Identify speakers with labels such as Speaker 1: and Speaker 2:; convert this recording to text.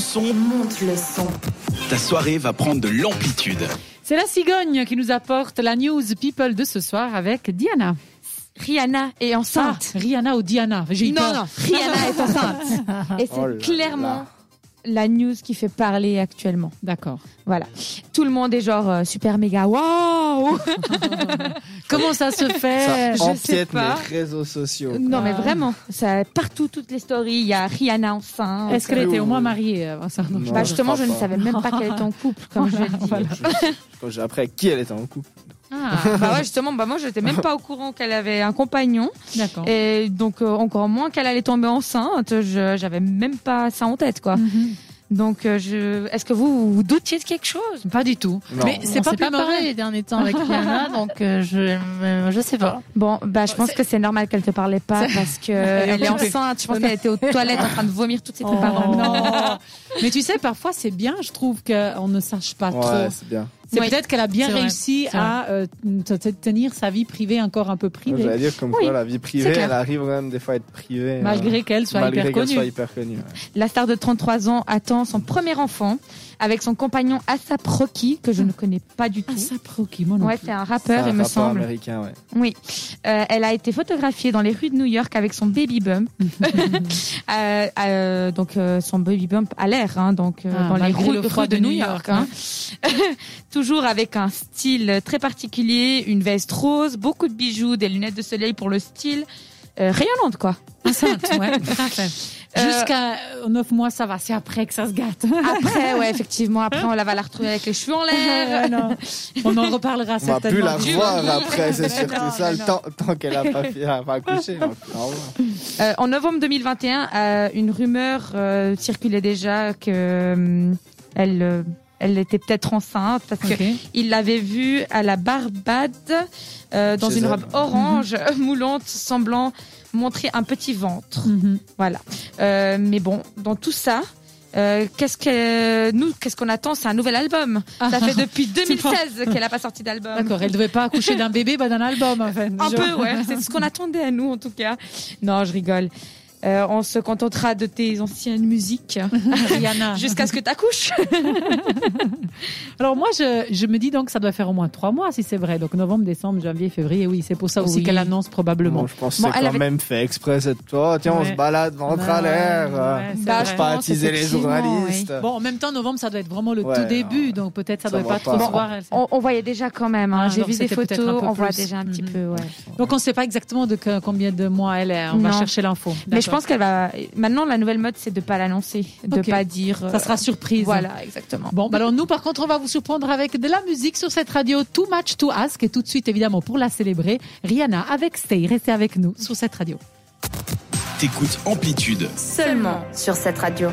Speaker 1: son,
Speaker 2: Monte le son.
Speaker 1: ta soirée va prendre de l'amplitude.
Speaker 3: C'est la cigogne qui nous apporte la news people de ce soir avec Diana.
Speaker 4: Rihanna est
Speaker 3: Ah,
Speaker 4: enceinte.
Speaker 3: Rihanna ou Diana J'ai eu
Speaker 4: non,
Speaker 3: peur.
Speaker 4: non, Rihanna est enceinte. Et c'est
Speaker 5: Oh là
Speaker 4: clairement
Speaker 5: là.
Speaker 4: la news qui fait parler actuellement.
Speaker 3: D'accord.
Speaker 4: Voilà. Tout le monde est genre euh, super méga waouh
Speaker 3: Comment ça se fait
Speaker 5: Ça
Speaker 4: je sais
Speaker 5: empiète
Speaker 4: pas.
Speaker 5: les réseaux sociaux.
Speaker 4: Non mais vraiment, ça partout toutes les stories, il y a Rihanna enceinte.
Speaker 3: Est-ce qu'elle était au moins mariée euh, avant ça Non, je
Speaker 5: Non.
Speaker 4: Bah
Speaker 3: pense-
Speaker 4: justement, je ne
Speaker 5: crois pas.
Speaker 4: savais même pas qu'elle était en couple comme je le dis.
Speaker 5: Quand j'ai appris à qui elle était en couple.
Speaker 3: Ah,
Speaker 4: Bah ouais, justement, bah moi j'étais même pas au courant qu'elle avait un compagnon
Speaker 3: d'accord.
Speaker 4: et donc euh, encore moins qu'elle allait tomber enceinte, je j'avais même pas ça en tête quoi.
Speaker 3: Mhm.
Speaker 4: Donc euh, je est-ce que vous vous doutiez de quelque chose
Speaker 3: Pas du tout.
Speaker 5: Non.
Speaker 6: Mais c'est
Speaker 3: On
Speaker 6: pas
Speaker 3: s'est
Speaker 6: plus
Speaker 3: pas parlé.
Speaker 6: pareil les derniers temps avec Rihanna, donc euh, je euh, je sais pas.
Speaker 4: Bon, bah je pense
Speaker 6: c'est-
Speaker 4: que c'est normal qu'elle te parlait pas parce que elle est enceinte, je pense qu'elle était aux toilettes en train de vomir toutes ses
Speaker 3: Oh,
Speaker 4: préparateurs.
Speaker 3: non. Mais tu sais, parfois c'est bien, je trouve, qu'on ne sache pas
Speaker 5: Ouais,
Speaker 3: trop.
Speaker 5: c'est bien.
Speaker 3: C'est
Speaker 4: Oui.
Speaker 3: peut-être qu'elle a bien
Speaker 6: C'est vrai.
Speaker 3: réussi
Speaker 6: C'est vrai.
Speaker 3: à euh, t- t- tenir sa vie privée encore un peu privée,
Speaker 5: J'allais dire comme
Speaker 4: Oui,
Speaker 5: quoi la vie privée,
Speaker 4: c'est clair.
Speaker 5: elle arrive quand même des fois à être privée. hein,
Speaker 3: malgré qu'elle soit
Speaker 5: malgré
Speaker 3: hyper
Speaker 5: qu'elle soit
Speaker 3: connue.
Speaker 5: hyper connue. ouais.
Speaker 4: La star de 33 ans attend son premier enfant avec son compagnon Asap Rocky, que je ne connais pas du tout.
Speaker 3: Ah, ça provoque, moi non
Speaker 4: ouais,
Speaker 3: plus.
Speaker 4: c'est un
Speaker 5: C'est
Speaker 4: rappeur,
Speaker 5: un
Speaker 4: il me
Speaker 5: rappeur
Speaker 4: semble.
Speaker 5: américain, ouais.
Speaker 4: Oui. Euh, elle a été photographiée dans les rues de New York avec son baby bump. Euh, euh, donc, euh, son baby bump à l'air, hein, donc, euh,
Speaker 3: Ah,
Speaker 4: dans les
Speaker 3: malgré
Speaker 4: rues
Speaker 3: le
Speaker 4: de,
Speaker 3: froid
Speaker 4: rues de New York. hein. Toujours avec un style très particulier, une veste rose, beaucoup de bijoux, des lunettes de soleil pour le style. Euh, rayonnante, quoi.
Speaker 3: Enceinte, ouais, tout à fait.
Speaker 4: Euh,
Speaker 3: Jusqu'à 9 mois, ça va, c'est après que ça se gâte.
Speaker 4: Après, ouais, effectivement, après, on la va la retrouver avec les cheveux en l'air.
Speaker 3: Ouais, non. On en reparlera
Speaker 5: On va plus
Speaker 3: certainement.
Speaker 5: la revoir après, c'est
Speaker 4: Non,
Speaker 5: surtout ça,
Speaker 4: mais
Speaker 5: le
Speaker 4: non.
Speaker 5: temps, tant qu'elle a pas, fi- a pas accouché. on va plus la revoir.
Speaker 4: Euh, en novembre 2021, euh, une rumeur euh, circulait déjà que euh, elle, euh, elle était peut-être enceinte parce
Speaker 3: Ok.
Speaker 4: qu'il l'avait vue à la Barbade euh, dans
Speaker 5: Chez
Speaker 4: une
Speaker 5: elle.
Speaker 4: robe orange moulante semblant montrer un petit ventre.
Speaker 3: Mhm.
Speaker 4: Voilà. Euh, mais bon, dans tout ça. euh, qu'est-ce que nous, qu'est-ce qu'on attend C'est un nouvel album. Ça fait depuis 2016 qu'elle n'a pas sorti d'album.
Speaker 3: Ah. D'accord, elle devait pas accoucher d'un bébé, bah d'un album en fait.
Speaker 4: Un
Speaker 3: Je-
Speaker 4: peu, ouais. C'est ce qu'on attendait à nous, en tout cas. Non, je rigole. Euh, on se contentera de tes anciennes musiques
Speaker 3: Rihanna.
Speaker 4: jusqu'à ce que t'accouches.
Speaker 3: Ah, Alors moi, je, je me dis donc que ça doit faire au moins trois mois si c'est vrai. Donc novembre, décembre, janvier, février, oui, c'est pour ça aussi
Speaker 4: Oui.
Speaker 3: qu'elle annonce probablement.
Speaker 5: Bon, je pense
Speaker 4: Bon,
Speaker 5: que c'est
Speaker 4: elle
Speaker 5: quand
Speaker 4: avait-
Speaker 5: même fait exprès cette fois. Tiens, on
Speaker 3: Ouais.
Speaker 5: se balade ventre à
Speaker 3: Ouais,
Speaker 5: l'air. euh,
Speaker 3: ouais, c'est
Speaker 4: Bah,
Speaker 3: vrai.
Speaker 4: je
Speaker 5: pas
Speaker 4: pense,
Speaker 5: attiser les
Speaker 4: effectivement,
Speaker 5: journalistes.
Speaker 3: Bon, en même temps, novembre, ça doit être vraiment le
Speaker 5: Ouais,
Speaker 3: tout début,
Speaker 5: ouais.
Speaker 3: donc peut-être ça,
Speaker 5: Ça
Speaker 3: doit pas
Speaker 5: va pas.
Speaker 3: trop se
Speaker 5: Bon,
Speaker 3: voir. elle.
Speaker 4: On, on voyait déjà quand même. hein.
Speaker 3: Ah,
Speaker 4: J'ai
Speaker 3: donc
Speaker 4: vu des
Speaker 3: c'était peut-être un
Speaker 4: photos.
Speaker 3: peu
Speaker 4: On voit
Speaker 3: plus.
Speaker 4: déjà un petit
Speaker 3: Mhm.
Speaker 4: peu. Ouais.
Speaker 3: Donc on ne sait pas exactement de que- combien de mois elle est. On va
Speaker 4: Non.
Speaker 3: chercher l'info.
Speaker 4: Mais je
Speaker 3: D'accord.
Speaker 4: pense qu'elle va. Maintenant, la nouvelle mode, c'est de pas l'annoncer, de
Speaker 3: Ok.
Speaker 4: pas dire. euh,
Speaker 3: ça sera surprise.
Speaker 4: Voilà, exactement.
Speaker 3: Bon, bah alors nous, par contre, on va vous surprendre avec de la musique sur cette radio Too Much to Ask et tout de suite, évidemment, pour la célébrer, Rihanna avec Stay. Restez avec nous sur cette radio.
Speaker 1: T'écoutes Amplitude
Speaker 2: Seulement sur cette radio.